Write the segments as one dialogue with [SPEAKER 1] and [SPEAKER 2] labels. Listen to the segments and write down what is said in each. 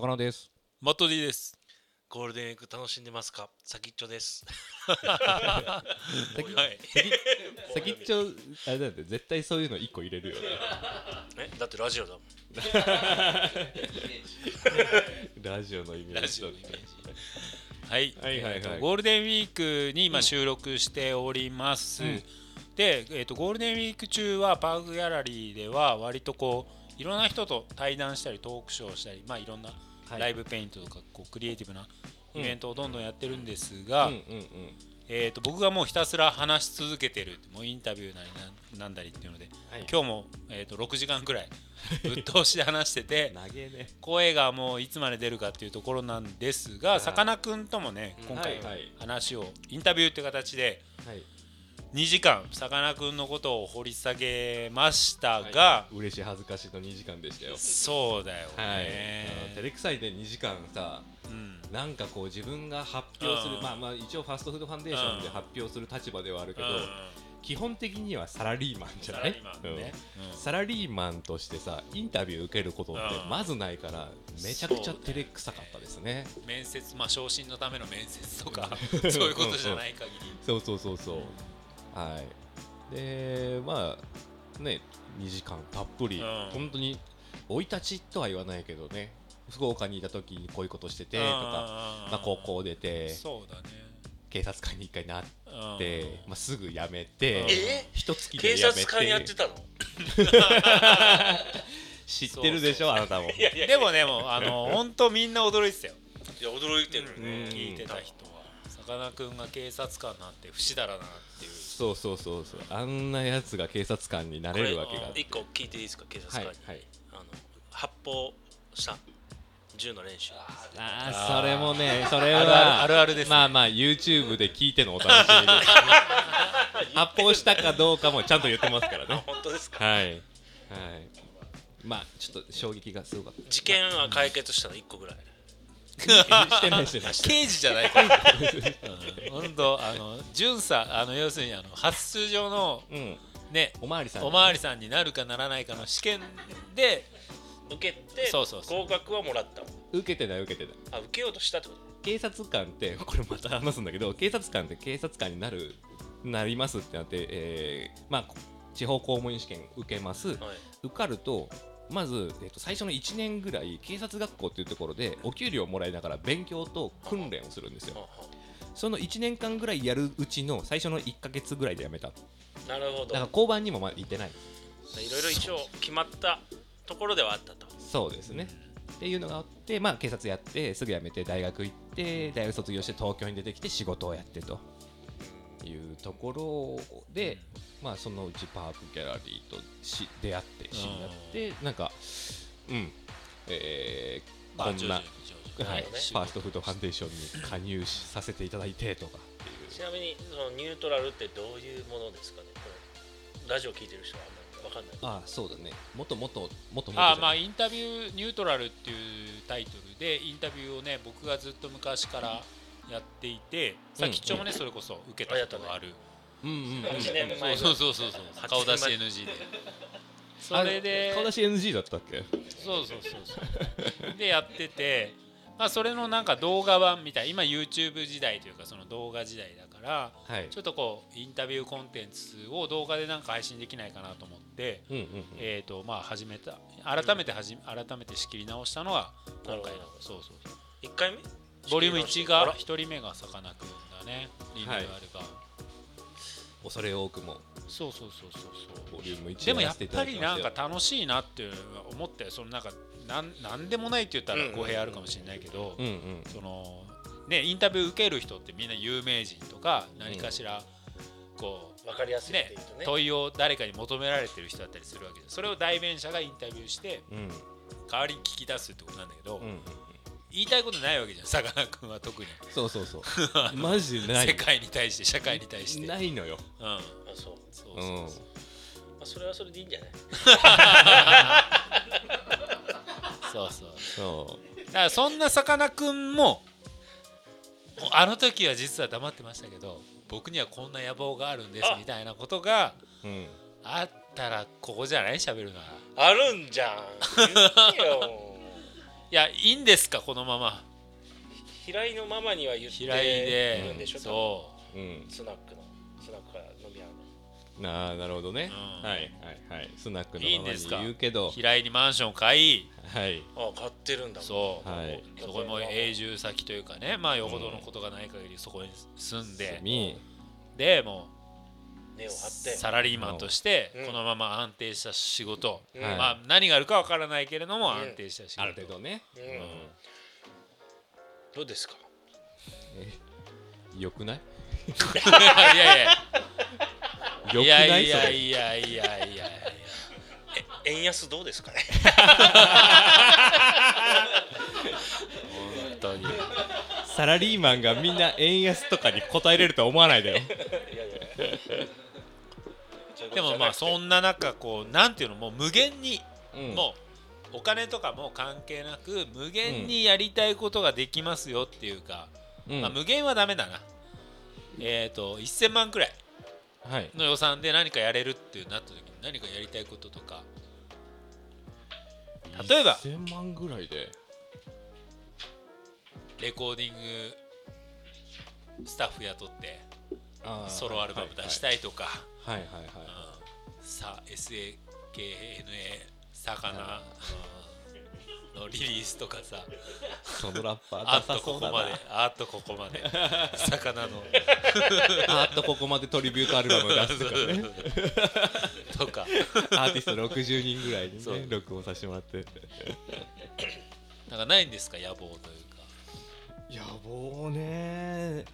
[SPEAKER 1] かなです。
[SPEAKER 2] マット D です
[SPEAKER 3] ゴールデンウィーク楽しんでますか先っちょです。
[SPEAKER 1] 先
[SPEAKER 2] はい
[SPEAKER 1] 先っちょ、あれだって、絶対そういうの一個入れる よね。
[SPEAKER 3] えだってラジオだもん。
[SPEAKER 1] ラジオのイメ
[SPEAKER 2] ラ
[SPEAKER 1] ー
[SPEAKER 2] ジ
[SPEAKER 1] ジ。
[SPEAKER 2] オのイメージはい、
[SPEAKER 1] はいはいはい
[SPEAKER 2] えーとゴールデンウィークに今収録しております、
[SPEAKER 1] うん
[SPEAKER 2] で、えー、とゴールデンウィーク中はパークギャラリーでは割とこういろんな人と対談したりトークショーをしたり、まあ、いろんな
[SPEAKER 1] はい
[SPEAKER 2] ライブペイントとかこうクリエイティブな
[SPEAKER 1] う
[SPEAKER 2] イ
[SPEAKER 1] ん
[SPEAKER 2] ベントをどんどんやってるんです
[SPEAKER 1] う
[SPEAKER 2] が、
[SPEAKER 1] んうんうん。
[SPEAKER 2] えー、と僕がもうひたすら話し続けてるもうインタビューなりなんなんだりっていうので
[SPEAKER 1] はい
[SPEAKER 2] 今日も、えー、と6時間 くらいぶっ通しで話してて
[SPEAKER 1] 投げね。
[SPEAKER 2] 声がもういつまで出るかっていうところなんですが
[SPEAKER 1] い
[SPEAKER 2] さかなクンともね
[SPEAKER 3] うん
[SPEAKER 2] 今回
[SPEAKER 1] はいはい
[SPEAKER 2] 話をインタビューっていう形で
[SPEAKER 1] はい。
[SPEAKER 2] 2時間さかなクンのことを掘り下げましたが、
[SPEAKER 1] 嬉しい恥ずかしいの2時間でしたよ。
[SPEAKER 2] そうだよ
[SPEAKER 1] はい。
[SPEAKER 2] ね、
[SPEAKER 1] あの照れくさいで2時間さ、
[SPEAKER 2] うん
[SPEAKER 1] なんかこう自分が発表する、
[SPEAKER 2] うん
[SPEAKER 1] まあまあ一応ファストフードファンデーションで
[SPEAKER 2] うん
[SPEAKER 1] 発表する立場ではあるけど、
[SPEAKER 2] う
[SPEAKER 1] 基本的にはサラリーマンじ
[SPEAKER 2] ん
[SPEAKER 1] ゃ
[SPEAKER 2] サ
[SPEAKER 1] な
[SPEAKER 2] ラ
[SPEAKER 1] い
[SPEAKER 2] リーマンね、うん
[SPEAKER 1] サラリーマンとしてさインタビュー受けることって
[SPEAKER 2] うん
[SPEAKER 1] まずないからめちゃくちゃ照れくさかったですね
[SPEAKER 2] 面接まあ昇進のための面接とか そういうことじゃない限り
[SPEAKER 1] そうそうそうそうはいでまあね2時間たっぷり、
[SPEAKER 2] うん
[SPEAKER 1] 本当に生い立ちとは言わないけどね福岡にいた時にこういうことしててとか、まあ、高校出て
[SPEAKER 2] そうだね
[SPEAKER 1] 警察官に一回なっ
[SPEAKER 2] うん
[SPEAKER 1] て、まあ、すぐ辞め
[SPEAKER 2] うん
[SPEAKER 1] て
[SPEAKER 3] え
[SPEAKER 1] 一月で
[SPEAKER 3] 警
[SPEAKER 1] 辞めて
[SPEAKER 3] 察官やってたの
[SPEAKER 1] 知ってるでしょあなたも
[SPEAKER 3] いやいやい
[SPEAKER 2] でもねもうあ の本当みんな驚いてたよ
[SPEAKER 3] や驚いてるよね。
[SPEAKER 1] うん
[SPEAKER 2] 聞いてた人はさかなクンが警察官なんて不死だらなっていう
[SPEAKER 1] そうそうそうそうあんなやつが警察官にな
[SPEAKER 3] こ
[SPEAKER 1] れ
[SPEAKER 3] れ
[SPEAKER 1] るわけが
[SPEAKER 3] 一個聞いていいですか警察
[SPEAKER 1] はい
[SPEAKER 3] 官に。
[SPEAKER 1] はい
[SPEAKER 3] あの発砲した銃の練習。
[SPEAKER 1] あーそれもねそれ
[SPEAKER 2] あるあ
[SPEAKER 1] は
[SPEAKER 2] るあるあるです
[SPEAKER 1] まあまあ YouTube で聞いてのお楽しみ です発砲したかどうかもちゃんと言ってますからね
[SPEAKER 3] 本当ですか。
[SPEAKER 1] はいはいまあちょっと衝撃がすごかった
[SPEAKER 3] 事件は解決したの一個ぐらい。
[SPEAKER 1] してないしてない
[SPEAKER 2] 刑事じゃない から本当あの巡査あの要するにあの発出所の
[SPEAKER 1] うん
[SPEAKER 2] ね
[SPEAKER 1] おまわりさん
[SPEAKER 2] おまわりさんになるかならないかの試験で
[SPEAKER 3] 受けて
[SPEAKER 2] そうそうそう
[SPEAKER 3] 合格はもらったの。
[SPEAKER 1] 受けてない受けてない
[SPEAKER 3] あ受けようとしたってこと。
[SPEAKER 1] 警察官ってこれまた話すんだけど警察官って警察官になるなりますってなって、えーまあ地方公務員試験受けます
[SPEAKER 3] はい。
[SPEAKER 1] 受かるとまず、えっと最初の1年ぐらい警察学校っていうところでお給料もらいながら勉強と訓練をするんですよ
[SPEAKER 3] は
[SPEAKER 1] その1年間ぐらいやるうちの最初の1ヶ月ぐらいでやめただか
[SPEAKER 3] あなるほど。
[SPEAKER 1] ら交番にもまだ行ってない
[SPEAKER 3] いろいろ一応決まったところではあったと。
[SPEAKER 1] そうですねっていうのがあって、まあ、警察やってすぐ辞めて大学行って大学卒業して東京に出てきて仕事をやってというところで、まあ、そのうちパークギャラリーとし出会って知り合ってなんかうんえー
[SPEAKER 2] まあ
[SPEAKER 1] こん
[SPEAKER 2] 徐
[SPEAKER 1] な
[SPEAKER 2] 々に徐々に
[SPEAKER 1] はい、
[SPEAKER 3] なる
[SPEAKER 1] フ
[SPEAKER 3] ほどね
[SPEAKER 1] ァーストフードファンデーションに加入しさせていただいてとかっていう
[SPEAKER 3] ちなみにそのニュートラルってどういうものですかねこれラジオ聞いてる人はあんまりわかんない
[SPEAKER 1] ああそうだねもっともっともっともっとじゃ
[SPEAKER 2] あ
[SPEAKER 1] ない
[SPEAKER 2] まあインタビュー「ニュートラル」っていうタイトルでインタビューをね僕がずっと昔からやっていてさっきちょもねそれこそ受けたことがある
[SPEAKER 1] うんうんうん
[SPEAKER 3] 1年前
[SPEAKER 2] そうそうそうそうそう顔出し NG でそれで
[SPEAKER 1] あ顔出し NG だったっけ
[SPEAKER 2] そうそうそうそうでやってて、まあ、それのなんか動画版みたい今 YouTube 時代というかその動画時代だから
[SPEAKER 1] はい
[SPEAKER 2] ちょっとこうインタビューコンテンツを動画でなんか配信できないかなと思って、
[SPEAKER 1] うんうんうん
[SPEAKER 2] えーとまあ、始めた改めて始め改めて仕切り直したのが今回
[SPEAKER 3] な
[SPEAKER 2] の
[SPEAKER 3] るほど
[SPEAKER 2] そうそうそう
[SPEAKER 3] 1回目
[SPEAKER 2] ボリューム1
[SPEAKER 3] あ
[SPEAKER 2] が
[SPEAKER 3] ら
[SPEAKER 2] 1人目がさかなクンだねリニューアルが、
[SPEAKER 1] 恐れ多くも
[SPEAKER 2] そうそうそうそうそう
[SPEAKER 1] ボリューム1
[SPEAKER 2] でもやっ
[SPEAKER 1] せていた
[SPEAKER 2] ぱ
[SPEAKER 1] だき
[SPEAKER 2] り
[SPEAKER 1] ま
[SPEAKER 2] な
[SPEAKER 1] し
[SPEAKER 2] ん
[SPEAKER 1] た
[SPEAKER 2] か楽しいなって思ってそのなんかなんなんでもないって言ったら語弊あるかもしれないけど、
[SPEAKER 1] うんうん
[SPEAKER 2] そのねインタビュー受ける人ってみんな有名人とか何かしらこ
[SPEAKER 3] 分かりやす
[SPEAKER 2] う
[SPEAKER 3] いっ
[SPEAKER 2] ね
[SPEAKER 3] ていうとね
[SPEAKER 2] 問いを誰かに求められてる人だったりするわけでそれを代弁者がインタビューして
[SPEAKER 1] うん
[SPEAKER 2] 代わりに聞き出すってことなんだけど、
[SPEAKER 1] うんうん
[SPEAKER 2] 言いたいことないわけじゃんさかなクンは特に
[SPEAKER 1] そうそうそうマジでない
[SPEAKER 2] 世界に対して社会に対して。
[SPEAKER 1] ないのよ
[SPEAKER 2] うん
[SPEAKER 3] あそう、
[SPEAKER 2] そう
[SPEAKER 1] う
[SPEAKER 2] そうん
[SPEAKER 3] まあ、それはそれでいいんじゃない
[SPEAKER 2] そうそう
[SPEAKER 1] そ
[SPEAKER 2] だからそんなさかなクンもあの時は実は黙ってましたけど僕にはこんな野望があるんです
[SPEAKER 3] あ
[SPEAKER 2] みたいなことが
[SPEAKER 1] ううん
[SPEAKER 2] あったらここじゃない喋るなら
[SPEAKER 3] あるんじゃん言ってよ
[SPEAKER 2] いやいいんですかこのまま
[SPEAKER 3] 平井のママには言って
[SPEAKER 2] 平井で
[SPEAKER 3] るんでしょ
[SPEAKER 2] そ
[SPEAKER 1] うん
[SPEAKER 3] スナックのスナックから飲み屋の
[SPEAKER 1] なあなるほどね、
[SPEAKER 2] うん
[SPEAKER 1] はいはいはいスナックの
[SPEAKER 2] いいん
[SPEAKER 1] まま
[SPEAKER 2] で
[SPEAKER 1] に
[SPEAKER 2] すか
[SPEAKER 1] 言うけど
[SPEAKER 2] う平井にマンションを買い
[SPEAKER 1] はい
[SPEAKER 3] ああ買ってるんだもん
[SPEAKER 2] そう、
[SPEAKER 1] はい
[SPEAKER 2] そこも永住先というかねまあよほどのことがない限りそこに住んで、
[SPEAKER 1] み
[SPEAKER 2] でも
[SPEAKER 3] 根
[SPEAKER 2] う
[SPEAKER 3] を張って
[SPEAKER 2] サラリーマンとして
[SPEAKER 3] うん
[SPEAKER 2] このまま安定した仕事、
[SPEAKER 3] うん
[SPEAKER 1] はい
[SPEAKER 2] まあ何があるかわからないけれども
[SPEAKER 3] うん
[SPEAKER 2] 安定した仕事、
[SPEAKER 1] ある程度ね、
[SPEAKER 3] うん
[SPEAKER 1] うん
[SPEAKER 3] どうですか
[SPEAKER 1] よくない
[SPEAKER 2] いやいや
[SPEAKER 1] よく
[SPEAKER 2] いや
[SPEAKER 1] ないいそ
[SPEAKER 2] や
[SPEAKER 1] れ
[SPEAKER 2] いやいやいやいや
[SPEAKER 3] 円安どうですかね
[SPEAKER 2] 本当に
[SPEAKER 1] サラリーマンがみんな円安とかに答えれるとは思わないだよ
[SPEAKER 3] いやいや そういうこと
[SPEAKER 2] で
[SPEAKER 3] じゃなくて
[SPEAKER 2] もまあそんな中こうなんていうのもう無限に
[SPEAKER 1] うん
[SPEAKER 2] もうお金とかも関係なく無限にやりたいことができますよっていうか、
[SPEAKER 1] うん
[SPEAKER 2] まあ、無限はダメだなえっ、と1000万くらい
[SPEAKER 1] はい
[SPEAKER 2] の予算で何かやれるってなった時に何かやりたいこととか例えば
[SPEAKER 1] 1000万ぐらいで
[SPEAKER 2] レコーディングスタッフ雇って
[SPEAKER 1] あー
[SPEAKER 2] ソロアルバム出したいとか、
[SPEAKER 1] はいはいはい
[SPEAKER 2] うん
[SPEAKER 1] は
[SPEAKER 2] さ SAKNA 魚うんのリリースとかさ
[SPEAKER 1] いそのラッパ
[SPEAKER 2] あ
[SPEAKER 1] ー
[SPEAKER 2] っ
[SPEAKER 1] 出さ
[SPEAKER 2] と
[SPEAKER 1] そ
[SPEAKER 2] こ
[SPEAKER 1] う
[SPEAKER 2] こ
[SPEAKER 1] だ
[SPEAKER 2] ま
[SPEAKER 1] な
[SPEAKER 2] であっとここまで 魚の
[SPEAKER 1] あっとここまでトリビュートアルバムを出すとかね
[SPEAKER 2] とか
[SPEAKER 1] アーティスト60人ぐらいに
[SPEAKER 2] そう
[SPEAKER 1] ね録音させてもらって
[SPEAKER 2] なんかないんですか野望というか
[SPEAKER 1] 野望ね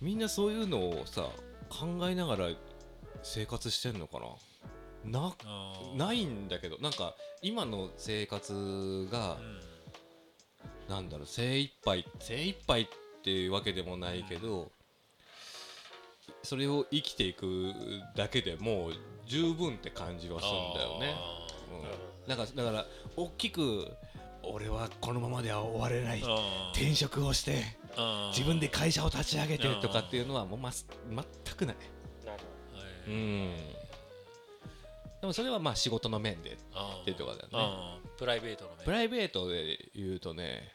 [SPEAKER 1] みんなそういうのをさ考えながら生活してんのかなな
[SPEAKER 2] うん
[SPEAKER 1] ないんだけどなんか今の生活が
[SPEAKER 2] う、ん
[SPEAKER 1] なんだろう精一杯精一杯っていうわけでもないけど、それを生きていくだけでもう十分って感じはするんだよね。うん、だからだから大きく俺はこのままでは終われない
[SPEAKER 2] あー
[SPEAKER 1] 転職をして
[SPEAKER 2] うん
[SPEAKER 1] 自分で会社を立ち上げて
[SPEAKER 2] うん
[SPEAKER 1] とかっていうのはもうまず全くない、
[SPEAKER 3] なる
[SPEAKER 2] う
[SPEAKER 3] ほ
[SPEAKER 2] ん
[SPEAKER 1] ん、でもそれはまあ仕事の面で
[SPEAKER 2] あー
[SPEAKER 1] ってとかだよね
[SPEAKER 2] あープライベートの
[SPEAKER 1] プ
[SPEAKER 2] ね
[SPEAKER 1] ライベートで言うとね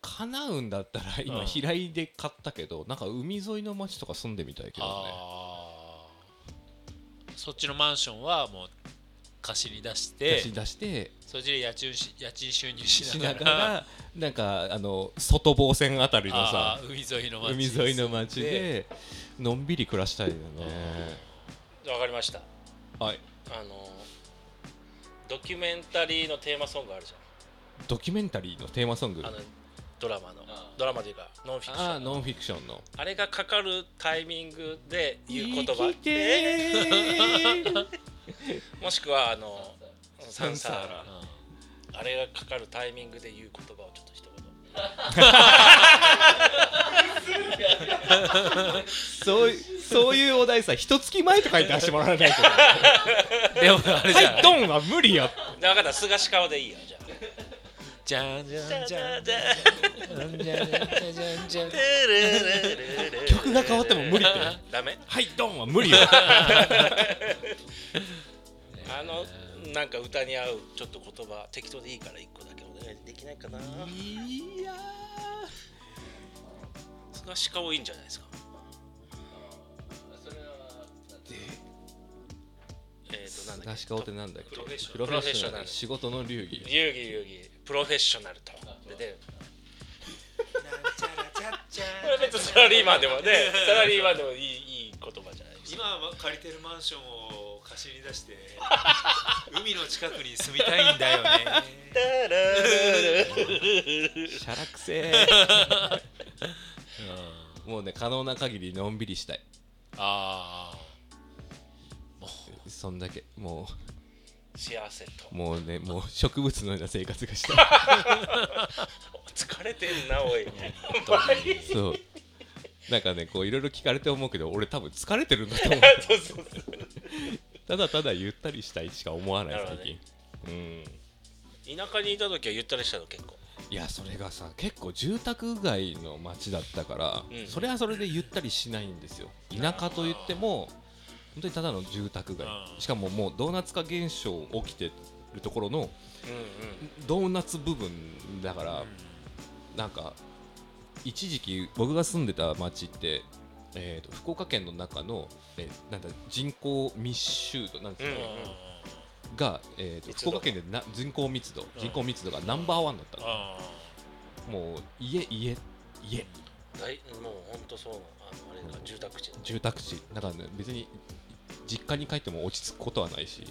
[SPEAKER 1] 叶うんだったら
[SPEAKER 2] う
[SPEAKER 1] 今
[SPEAKER 2] ん
[SPEAKER 1] 平井で買ったけど、なんか海沿いの町とか住んでみたいけどね
[SPEAKER 2] あーそっちのマンションはもう貸しに出し
[SPEAKER 1] 出
[SPEAKER 2] て
[SPEAKER 1] し出して
[SPEAKER 2] そっちで家賃し家賃収入し
[SPEAKER 1] し
[SPEAKER 2] な
[SPEAKER 1] な
[SPEAKER 2] が
[SPEAKER 1] が
[SPEAKER 2] ら
[SPEAKER 1] らなんかあの外房線あたりの
[SPEAKER 2] あ
[SPEAKER 1] さ
[SPEAKER 2] ー海沿いの街
[SPEAKER 1] 海沿いの町でのんびり暮らしたいよね
[SPEAKER 3] どわかりました
[SPEAKER 1] はい
[SPEAKER 3] あのドキュメンタリーのテーマソングあるじ
[SPEAKER 1] ドキュメンタリーのテーマソング
[SPEAKER 3] ゃんあのドラマのドラマというかノンフィクション
[SPEAKER 1] ああノンフィクションの
[SPEAKER 3] あれがかかるタイミングで言う言葉
[SPEAKER 1] 生きてー
[SPEAKER 3] もしくはあのサンサ
[SPEAKER 1] サンサ
[SPEAKER 3] ーラあれがかかるタイミングで言う言葉をちょっと一言
[SPEAKER 1] そういうそういうお題さ一月前とかに出してもらわないとは
[SPEAKER 2] うんでもあれじゃん
[SPEAKER 1] いドンは無理よ
[SPEAKER 3] だから分かったすがし顔でいいよじゃあ
[SPEAKER 2] じゃんじゃんじゃんじゃ
[SPEAKER 3] じゃ
[SPEAKER 2] んじゃんじゃんじゃんじゃん
[SPEAKER 1] 曲が変わっても無理って
[SPEAKER 3] ダメ
[SPEAKER 1] はいドンは無理よ
[SPEAKER 3] あのなんか歌に合うちょっと言葉適当でいいから一個だけお願いできないかない
[SPEAKER 1] や
[SPEAKER 3] すがし顔いいんじゃないですかえっとなんだっ
[SPEAKER 1] 出し顔ってなんだっけ
[SPEAKER 3] プロフェッショ
[SPEAKER 1] プロフェッショナ
[SPEAKER 3] ナルプロフェッショナ
[SPEAKER 1] ル
[SPEAKER 3] ル
[SPEAKER 1] 仕事の流儀
[SPEAKER 3] け流儀流儀プロフェッショナルとででこれ別にサラリーマンで もねサラリーマンでもいいいい言葉じゃないですか
[SPEAKER 2] 今借りてるマンションを貸しに出して 海の近くに住みたいんだよね
[SPEAKER 1] シャラくせえもうね可能な限りのんびりしたい
[SPEAKER 2] ああ
[SPEAKER 1] そんだけも
[SPEAKER 3] 幸せと
[SPEAKER 1] うもうねもう植物のような生活がしたい
[SPEAKER 3] 疲れてんなおい
[SPEAKER 1] そう。なんかね、こういろいろ聞かれて思うけど、俺多分疲れてるんだと思う。
[SPEAKER 3] そうそうそう
[SPEAKER 1] ただただゆったりしたいしか思わない
[SPEAKER 3] なるほ
[SPEAKER 1] 最
[SPEAKER 3] ど
[SPEAKER 1] 近
[SPEAKER 3] ね。
[SPEAKER 1] うん。
[SPEAKER 3] 田舎にいた時はゆったりしたの結構
[SPEAKER 1] いやそれがさ結構住宅街の街だったから、
[SPEAKER 3] うん
[SPEAKER 1] それはそれでゆったりしないんですよ田舎といっても本当にただの住宅街
[SPEAKER 2] うん
[SPEAKER 1] しかももうドーナツ化現象起きてるところの
[SPEAKER 3] うん
[SPEAKER 1] ドーナツ部分だから、なんか一時期僕が住んでた町って、えー、と福岡県の中の、えーなんだ人口密集度なんですか、
[SPEAKER 3] うん
[SPEAKER 1] が、えー、と
[SPEAKER 3] 密
[SPEAKER 1] 福
[SPEAKER 3] 度
[SPEAKER 1] 岡県でな人口密度
[SPEAKER 3] うん
[SPEAKER 1] 人口密度がナンバーワンだったの、
[SPEAKER 2] あ
[SPEAKER 1] もう家家家
[SPEAKER 3] うん大もう本当そうなのあのあれが住宅地
[SPEAKER 1] 住宅地だから、ね、別に実家に帰っても落ち着くことはないし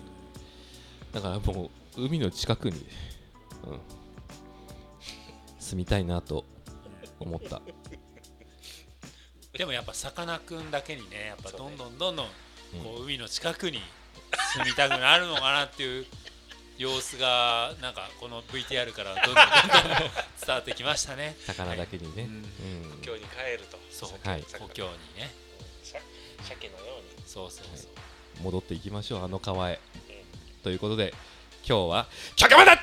[SPEAKER 1] だからもう海の近くに、うん、住みたいなと思った
[SPEAKER 2] ーでもやっぱさかなクンだけにねやっぱ
[SPEAKER 3] そう
[SPEAKER 2] ど
[SPEAKER 3] ね
[SPEAKER 2] んどんどんどん
[SPEAKER 1] うん
[SPEAKER 2] こう海の近くに住みたくなるのかなっていう様子がなんかこの VTR からどんどんどんどん伝わってきましたね。
[SPEAKER 1] 魚だけにね、
[SPEAKER 2] うん
[SPEAKER 1] うん
[SPEAKER 3] 今日に帰ると
[SPEAKER 2] そう
[SPEAKER 1] はい
[SPEAKER 2] 故郷にね
[SPEAKER 3] さ鮭のように
[SPEAKER 2] そうそうそう
[SPEAKER 1] 戻っていきましょうあの川へ
[SPEAKER 3] え
[SPEAKER 1] ということで今日は「100万だ!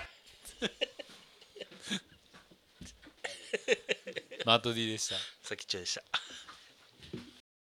[SPEAKER 2] マート D でした。
[SPEAKER 3] 先っちょでした